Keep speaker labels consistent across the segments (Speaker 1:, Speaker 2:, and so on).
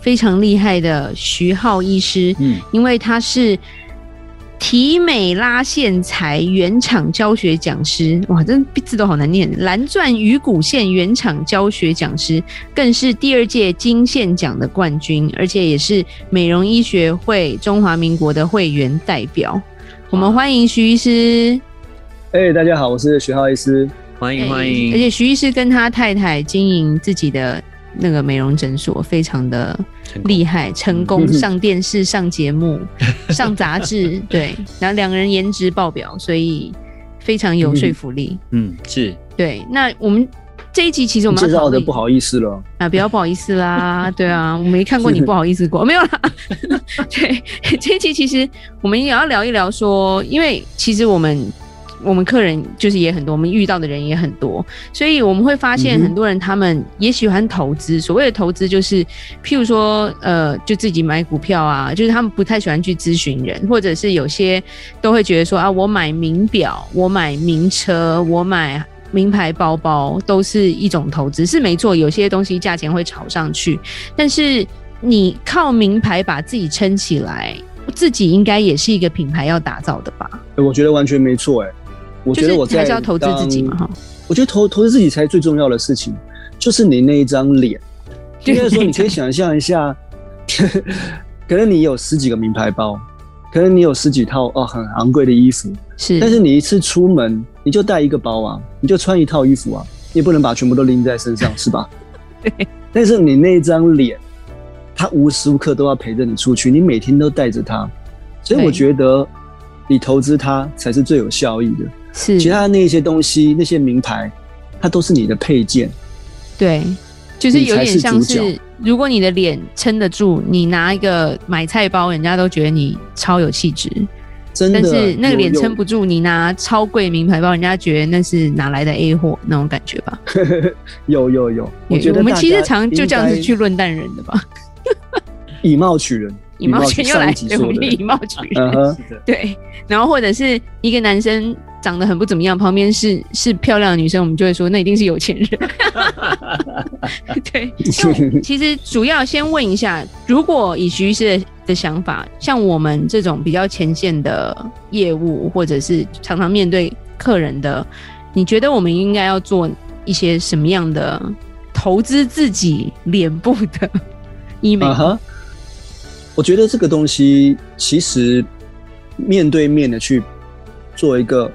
Speaker 1: 非常厉害的徐浩医师，
Speaker 2: 嗯，
Speaker 1: 因为他是提美拉线材原厂教学讲师，哇，真的字都好难念。蓝钻鱼骨线原厂教学讲师，更是第二届金线奖的冠军，而且也是美容医学会中华民国的会员代表。我们欢迎徐医师，
Speaker 3: 哎、大家好，我是徐浩医师。
Speaker 2: 欢迎欢迎，
Speaker 1: 而且徐医师跟他太太经营自己的那个美容诊所，非常的
Speaker 2: 成功
Speaker 1: 厉害，成
Speaker 3: 嗯
Speaker 1: 功
Speaker 3: 哼
Speaker 1: 上电视、上节 目、上杂志，对，然后两个人颜值爆表，所以非常有说服力。
Speaker 2: 嗯，是
Speaker 1: 对，那我们这一集其实我
Speaker 3: 你
Speaker 1: 们要
Speaker 3: 介
Speaker 1: 讨
Speaker 3: 绍的
Speaker 1: 论
Speaker 3: 不好意思了，
Speaker 1: 啊，不要不好意思啦，对啊，我没看过你不好意思过，没 有啦。对， 这一集其实我们也要聊一聊说，因为其实我们我们客人就是也很多，我们遇到的人也很多，所以我们会发现
Speaker 3: 嗯哼
Speaker 1: 很多人他们也喜欢投资。所谓的投资就是，譬如说呃，就自己买股票啊，就是他们不太喜欢去咨询人，或者是有些都会觉得说啊，我买名表，我买名车，我买。名牌包包都是一种投资，是没错。有些东西价钱会炒上去，但是你靠名牌把自己撑起来，自己应该也是一个品牌要打造的吧？
Speaker 3: 哎我觉得完全没错。哎，我觉得我
Speaker 1: 就是
Speaker 3: 在
Speaker 1: 还是要投资自己嘛，
Speaker 3: 当
Speaker 1: 哈。
Speaker 3: 我觉得投投资自己才是最重要的事情，就是你那一张脸。
Speaker 1: 对
Speaker 3: 应该说，你可以想象一下， 可能你有十几个名牌包，可能你有十几套哦很昂贵的衣服，
Speaker 1: 是，
Speaker 3: 但是你一次出门你就带一个包啊，你就穿一套衣服啊，你也不能把全部都拎在身上，是吧？
Speaker 1: 对。
Speaker 3: 但是你那一张脸，它无时无刻都要陪着你出去，你每天都带着它，所以
Speaker 1: 对
Speaker 3: 我觉得你投资它才是最有效益的。
Speaker 1: 是
Speaker 3: 其他的那些东西，那些名牌，它都是你的配件。
Speaker 1: 对，就是有
Speaker 3: 你才
Speaker 1: 点
Speaker 3: 是
Speaker 1: 像
Speaker 3: 主角
Speaker 1: 是，如果你的脸撑得住，你拿一个买菜包，人家都觉得你超有气质；
Speaker 3: 真的，
Speaker 1: 但是那个
Speaker 3: 有
Speaker 1: 脸撑
Speaker 3: 有
Speaker 1: 不住，你拿超贵名牌包，人家觉得那是哪来的 A 货那种感觉吧？
Speaker 3: 有有有，我觉得
Speaker 1: 我们
Speaker 3: 大
Speaker 1: 其
Speaker 3: 家
Speaker 1: 实常就这样子
Speaker 3: 应该
Speaker 1: 去论断人的吧。
Speaker 3: 以貌取人，
Speaker 1: 以貌取人又
Speaker 3: 上
Speaker 1: 来
Speaker 3: 一集，
Speaker 1: 对，我
Speaker 3: 说
Speaker 1: 们
Speaker 3: 的
Speaker 1: 就以貌取人。
Speaker 3: 嗯哼，
Speaker 2: 的，
Speaker 1: 对，然后或者是一个男生长得很不怎么样，旁边是是漂亮的女生，我们就会说那一定是有钱 人。 对，像我 其实主要先问一下，如果以徐医师的的想法，像我们这种比较前线的业务，或者是常常面对客人的，你觉得我们应该要做一些什么样的投资自己脸部的医美？
Speaker 3: 啊哈，我觉得这个东西其实面对面的去做一个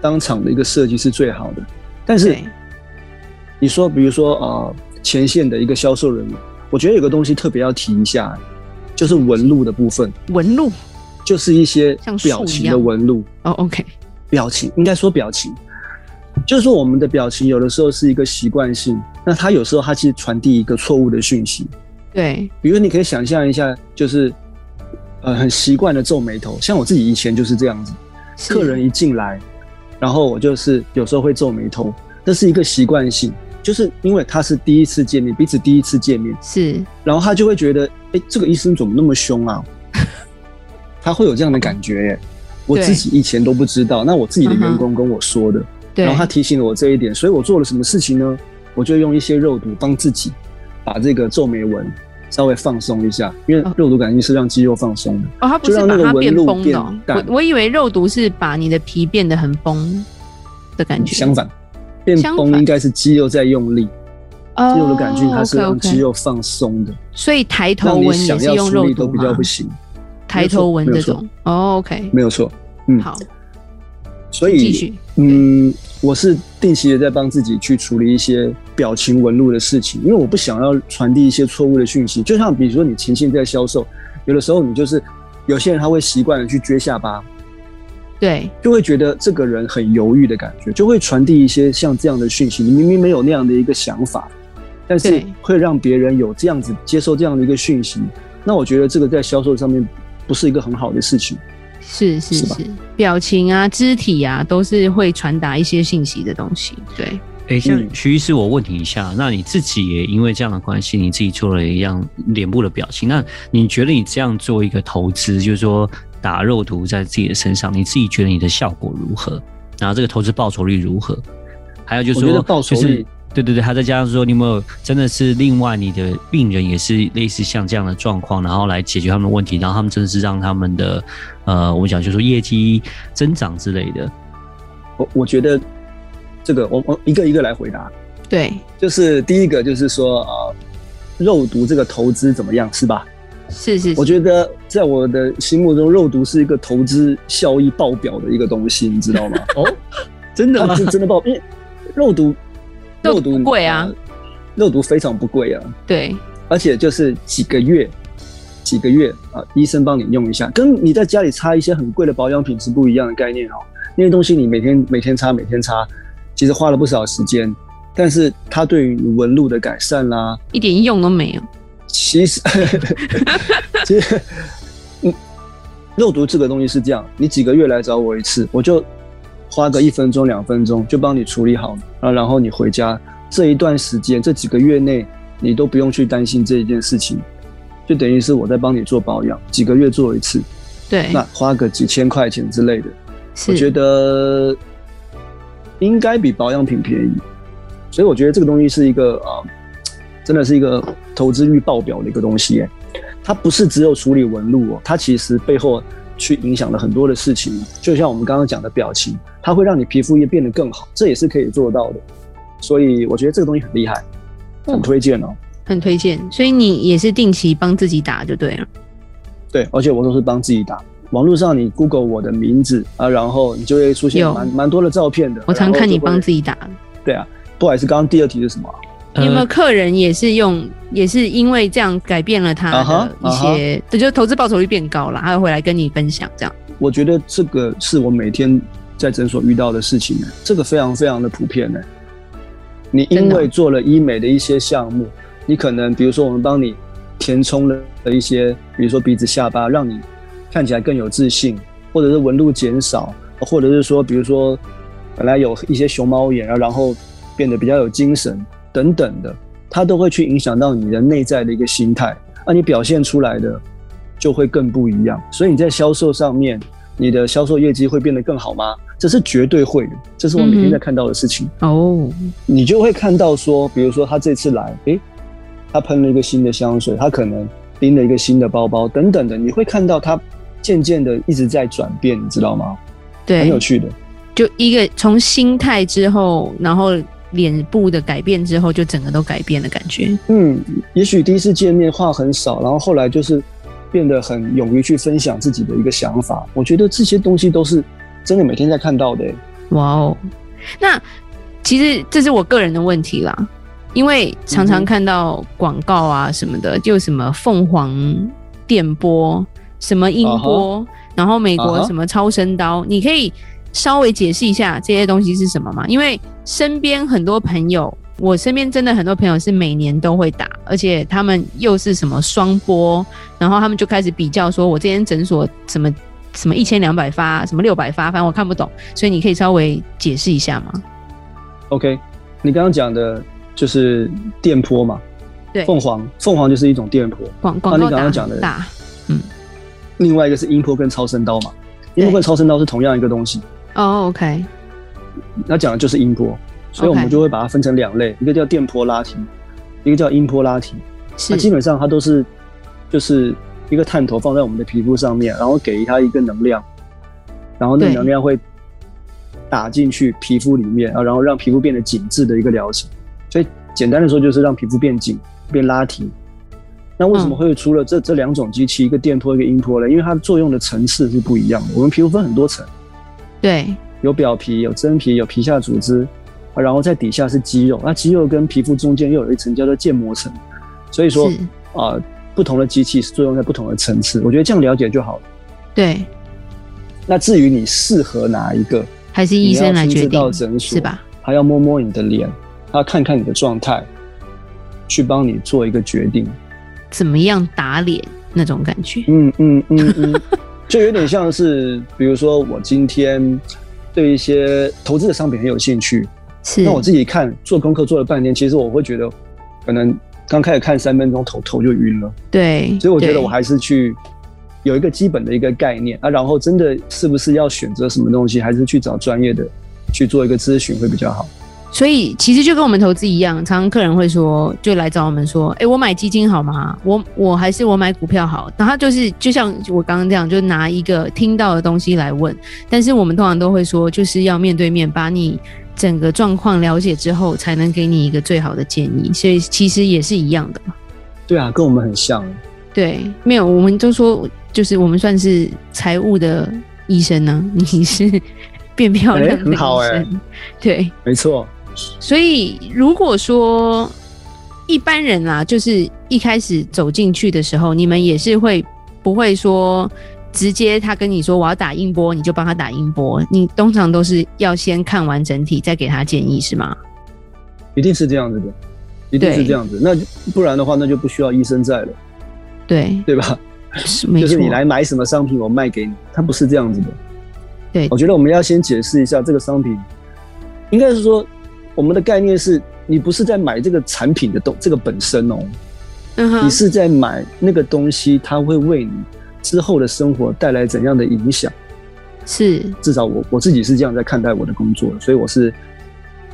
Speaker 3: 当场的一个设计是最好的。但是
Speaker 1: 对，
Speaker 3: 你说，比如说呃，前线的一个销售人员，我觉得有个东西特别要提一下，就是纹路的部分，
Speaker 1: 纹路
Speaker 3: 就是一些
Speaker 1: 像树
Speaker 3: 表
Speaker 1: 一
Speaker 3: 情的
Speaker 1: 样
Speaker 3: 纹路。
Speaker 1: 哦，OK，
Speaker 3: 表情，应该说表情，就是说我们的表情有的时候是一个习惯性，那它有时候它其实传递一个错误的讯息。
Speaker 1: 对，
Speaker 3: 比如你可以想象一下，就是呃很习惯的皱眉头，像我自己以前就是这样子，
Speaker 1: 是
Speaker 3: 客人一进来，然后我就是有时候会皱眉头，这是一个习惯性，就是因为他是第一次见面，彼此第一次见面，
Speaker 1: 是
Speaker 3: 然后他就会觉得，哎、这个医生怎么那么凶啊？他会有这样的感觉耶。我
Speaker 1: 对嗯
Speaker 3: 自己以前都不知道，那我自己的员工跟我说的，
Speaker 1: 对，
Speaker 3: 然后他提醒了我这一点，所以我做了什么事情呢？我就用一些肉毒帮自己把这个皱眉纹稍微放松一下，因为
Speaker 1: 哦
Speaker 3: 肉毒杆菌是让肌肉放松的。
Speaker 1: 哦，他不
Speaker 3: 就是让
Speaker 1: 把
Speaker 3: 那
Speaker 1: 它
Speaker 3: 个纹
Speaker 1: 变
Speaker 3: 路
Speaker 1: 崩的哦、
Speaker 3: 变淡
Speaker 1: 我我以为肉毒是把你的皮变得很崩的感觉，
Speaker 3: 相反，变
Speaker 1: 相
Speaker 3: 崩
Speaker 1: 反
Speaker 3: 应该是肌肉在用力，
Speaker 1: 哦，
Speaker 3: 肌肉的杆菌它是
Speaker 1: OK，OK
Speaker 3: 让肌，肉放松的，
Speaker 1: 所以抬头
Speaker 3: 让你
Speaker 1: 纹也
Speaker 3: 想
Speaker 1: 是
Speaker 3: 要
Speaker 1: 用
Speaker 3: 出
Speaker 1: 肉
Speaker 3: 力都
Speaker 1: 毒
Speaker 3: 比较
Speaker 1: 吗
Speaker 3: 不？行，
Speaker 1: 抬头纹
Speaker 3: 没
Speaker 1: 这
Speaker 3: 有错
Speaker 1: 种，哦，OK，
Speaker 3: 没有错。嗯
Speaker 1: 好，
Speaker 3: 所
Speaker 1: 继
Speaker 3: 以
Speaker 1: 续，
Speaker 3: 嗯，我是定期的在帮自己去处理一些表情纹路的事情，因为我不想要传递一些错误的讯息。就像比如说你前线在销售，有的时候你就是有些人他会习惯的去撅下巴，
Speaker 1: 对，
Speaker 3: 就会觉得这个人很犹豫的感觉，就会传递一些像这样的讯息。你明明没有那样的一个想法，但是
Speaker 1: 对
Speaker 3: 会让别人有这样子接受这样的一个讯息。那我觉得这个在销售上面不是一个很好的事情。
Speaker 1: 是是
Speaker 3: 是吧
Speaker 1: 是，表情啊、肢体啊，都是会传达一些信息的东西。对，
Speaker 2: 诶，像
Speaker 3: 嗯
Speaker 2: 徐医师，我问你一下，那你自己也因为这样的关系，你自己做了一样脸部的表情，那你觉得你这样做一个投资，就是说打肉毒在自己的身上，你自己觉得你的效果如何？然后这个投资报酬率如何？还有就是
Speaker 3: 我
Speaker 2: 说，
Speaker 3: 觉得报酬率
Speaker 2: 就是对对对，还再加上说，你有没有真的是另外你的病人也是类似像这样的状况，然后来解决他们的问题，然后他们真的是让他们的呃，我们讲就是说业绩增长之类的。
Speaker 3: 我我觉得这个我我一个一个来回答，
Speaker 1: 对，
Speaker 3: 就是第一个就是说呃，肉毒这个投资怎么样是吧？
Speaker 1: 是是，
Speaker 3: 我觉得在我的心目中，肉毒是一个投资效益爆表的一个东西，你知道吗？
Speaker 2: 哦，真的
Speaker 3: 它
Speaker 2: 吗？
Speaker 3: 是真的爆，因为肉毒
Speaker 1: 肉毒
Speaker 3: 肉毒
Speaker 1: 不贵啊
Speaker 3: 呃肉毒非常不贵啊，
Speaker 1: 得对，
Speaker 3: 而且就是几个月，几个月啊、医生帮你用一下，跟你在家里擦一些很贵的保养品是不一样的概念哦。那些东西你每天每天擦，每天擦，其实花了不少时间，但是它对于你纹路的改善啦、
Speaker 1: 一点用都没有。
Speaker 3: 其实， 其实，嗯，肉毒这个东西是这样，你几个月来找我一次，我就花个一分钟、两分钟就帮你处理好啊，然后你回家这一段时间，这几个月内你都不用去担心这一件事情，就等于是我在帮你做保养，几个月做一次，
Speaker 1: 对，
Speaker 3: 那花个几千块钱之类的，
Speaker 1: 是
Speaker 3: 我觉得应该比保养品便宜，所以我觉得这个东西是一个啊、呃真的是一个投资欲爆表的一个东西耶。它不是只有处理纹路哦，它其实背后去影响了很多的事情，就像我们刚刚讲的表情，它会让你皮肤也变得更好，这也是可以做到的。所以我觉得这个东西很厉害，
Speaker 1: 嗯
Speaker 3: 很推荐哦。
Speaker 1: 很推荐。所以你也是定期帮自己打就对了。
Speaker 3: 对，而且我都是帮自己打。网络上你 Google 我的名字啊，然后你就会出现
Speaker 1: 有
Speaker 3: 蛮蛮多的照片的。
Speaker 1: 我常看你帮
Speaker 3: 己。
Speaker 1: 自己打。
Speaker 3: 对啊，不好意思，刚刚第二题是什么啊？
Speaker 1: 你有没有
Speaker 2: 呃
Speaker 1: 客人也是用，也是因为这样改变了他
Speaker 3: 啊哈
Speaker 1: 的一些，这、就投资报酬率变高了，他会回来跟你分享这样。
Speaker 3: 我觉得这个是我每天在诊所遇到的事情呢，这个非常非常的普遍呢。你因
Speaker 1: 真的
Speaker 3: 为做了医美的一些项目，你可能比如说我们帮你填充了一些，比如说鼻子、下巴，让你看起来更有自信，或者是纹路减少，或者是说比如说本来有一些熊猫眼啊，然后变得比较有精神等等的，它都会去影响到你的内在的一个心态。那、你表现出来的就会更不一样。所以你在销售上面，你的销售业绩会变得更好吗？这是绝对会的，这是我每
Speaker 1: 嗯哼
Speaker 3: 天在看到的事情。
Speaker 1: 哦，
Speaker 3: 你就会看到说，比如说他这次来，诶，他喷了一个新的香水，他可能拎了一个新的包包等等的，你会看到他渐渐的一直在转变，你知道吗？很
Speaker 1: 对
Speaker 3: 有，趣的。
Speaker 1: 就一个从心态之后，然后脸部的改变之后，就整个都改变的感觉。
Speaker 3: 嗯，也许第一次见面话很少，然后后来就是变得很勇于去分享自己的一个想法。我觉得这些东西都是真的每天在看到的、欸诶
Speaker 1: 哇哦，那其实这是我个人的问题啦，因为常常
Speaker 3: 嗯哼
Speaker 1: 看到广告啊什么的，就什么凤凰电波、什么音波然后美
Speaker 3: 啊
Speaker 1: 国
Speaker 3: 哈
Speaker 1: 什么超声刀你可以稍微解释一下这些东西是什么吗？因为身边很多朋友。我身边真的很多朋友是每年都会打，而且他们又是什么双波，然后他们就开始比较说，我这间诊所什么什么一千两百发，什么六百发，反正我看不懂，所以你可以稍微解释一下吗？
Speaker 3: OK，你刚刚讲的就是电波嘛，
Speaker 1: 对，
Speaker 3: 凤凰，凤凰就是一种电波，
Speaker 1: 广广告
Speaker 3: 啊你刚
Speaker 1: 打
Speaker 3: 刚讲的
Speaker 1: 打，
Speaker 3: 另外一个是音波跟超声刀嘛，
Speaker 1: 对
Speaker 3: 音波跟超声刀是同样一个东西，
Speaker 1: 哦，OK，
Speaker 3: 它讲的就是音波，所以我
Speaker 1: OK
Speaker 3: 们就会把它分成两类，一个叫电波拉提，一个叫音波拉提。
Speaker 1: 是
Speaker 3: 那基本上它都是就是一个探头放在我们的皮肤上面，然后给它一个能量，然后那个
Speaker 1: 对
Speaker 3: 能量会打进去皮肤里面啊，然后让皮肤变得紧致的一个疗程。所以简单的说，就是让皮肤变紧、变拉提。那为什
Speaker 1: 嗯
Speaker 3: 么会出了这这两种机器，一个电波一个音波呢？因为它的作用的层次是不一样的。我们皮肤分很多层，
Speaker 1: 对，
Speaker 3: 有表皮、有真皮、有皮下组织，啊然后在底下是肌肉。那肌肉跟皮肤中间又有一层叫做建模层，所以说
Speaker 1: 是，
Speaker 3: 啊、不同的机器是作用在不同的层次。我觉得这样了解就好了。
Speaker 1: 对，
Speaker 3: 那至于你适合哪一个，
Speaker 1: 还是医生来决
Speaker 3: 你要亲
Speaker 1: 定
Speaker 3: 自到诊所
Speaker 1: 是吧？
Speaker 3: 他要摸摸你的脸，他要看看你的状态，去帮你做一个决定。
Speaker 1: 怎么样打脸？那种感觉。
Speaker 3: 嗯嗯嗯嗯，就有点像是，比如说我今天对一些投资的商品很有兴趣，
Speaker 1: 是，
Speaker 3: 那我自己看做功课做了半天，其实我会觉得可能刚开始看三分钟头头就晕了，
Speaker 1: 对，
Speaker 3: 所以我觉得
Speaker 1: 对
Speaker 3: 我还是去有一个基本的一个概念啊，然后真的是不是要选择什么东西，还是去找专业的去做一个咨询会比较好。
Speaker 1: 所以其实就跟我们投资一样，常常客人会说，就来找我们说，哎、我买基金好吗？我我还是我买股票好？然后他就是就像我刚刚这样，就拿一个听到的东西来问，但是我们通常都会说，就是要面对面，把你整个状况了解之后，才能给你一个最好的建议。所以其实也是一样的嘛。
Speaker 3: 对啊，跟我们很像。
Speaker 1: 嗯对，没有，我们都说，就是我们算是财务的医生呢、你是变漂亮的
Speaker 3: 哎
Speaker 1: 医生，
Speaker 3: 很好哎
Speaker 1: 对。
Speaker 3: 没错，
Speaker 1: 所以如果说一般人啊，就是一开始走进去的时候，你们也是会不会说直接他跟你说我要打音波，你就帮他打音波？你通常都是要先看完整体再给他建议是吗？
Speaker 3: 一定是这样子的，一定是
Speaker 1: 对
Speaker 3: 这样子。那就不然的话，那就不需要医生在了，
Speaker 1: 对，
Speaker 3: 对吧？
Speaker 1: 是没
Speaker 3: 就
Speaker 1: 错，
Speaker 3: 是你来买什么商品，我卖给你，它不是这样子的。
Speaker 1: 对
Speaker 3: 我觉得我们要先解释一下这个商品，应该是说我们的概念是你不是在买这个产品的东这个本身哦，
Speaker 1: 嗯哼
Speaker 3: 你是在买那个东西，它会为你之后的生活带来怎样的影响。
Speaker 1: 是
Speaker 3: 至少我我自己是这样在看待我的工作，所以我是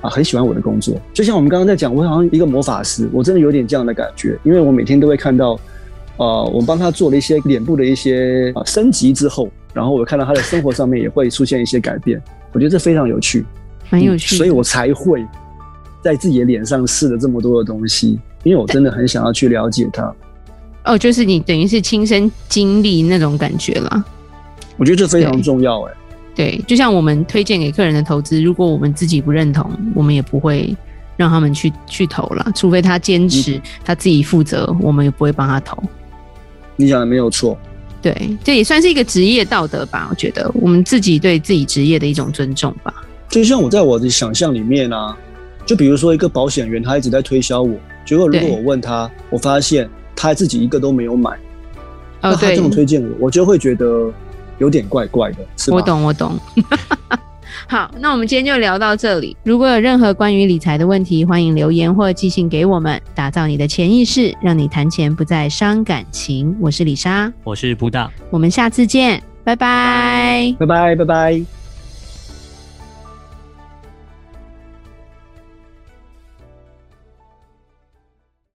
Speaker 3: 啊很喜欢我的工作。就像我们刚刚在讲，我好像一个魔法师，我真的有点这样的感觉，因为我每天都会看到，呃，我帮他做了一些脸部的一些、呃、升级之后，然后我看到他的生活上面也会出现一些改变，我觉得这非常有趣，
Speaker 1: 蛮有趣的、
Speaker 3: 所以我才会在自己的脸上试了这么多的东西，因为我真的很想要去了解它。
Speaker 1: 哦，就是你等于是亲身经历那种感觉啦。
Speaker 3: 我觉得这非常
Speaker 1: 对
Speaker 3: 重要、哎。
Speaker 1: 对，就像我们推荐给客人的投资，如果我们自己不认同，我们也不会让他们去去投啦，除非他坚
Speaker 3: 嗯
Speaker 1: 持他自己负责，我们也不会帮他投。
Speaker 3: 你讲的没有错，
Speaker 1: 对，这也算是一个职业道德吧，我觉得我们自己对自己职业的一种尊重吧。
Speaker 3: 就像我在我的想象里面啊，就比如说一个保险员，他一直在推销我，结果如果
Speaker 1: 对
Speaker 3: 我问他，我发现他自己一个都没有买，
Speaker 1: 哦，
Speaker 3: 那他
Speaker 1: 对
Speaker 3: 这，种推荐我，我就会觉得有点怪怪的，是吧？
Speaker 1: 我。懂，我懂。 好，那我们今天就聊到这里。如果有任何关于理财的问题，欢迎留言或寄信给我们。打造你的潜意识，让你谈钱不再伤感情。我是李莎，
Speaker 2: 我是布大。
Speaker 1: 我们下次见，拜拜。
Speaker 3: 拜拜，拜拜。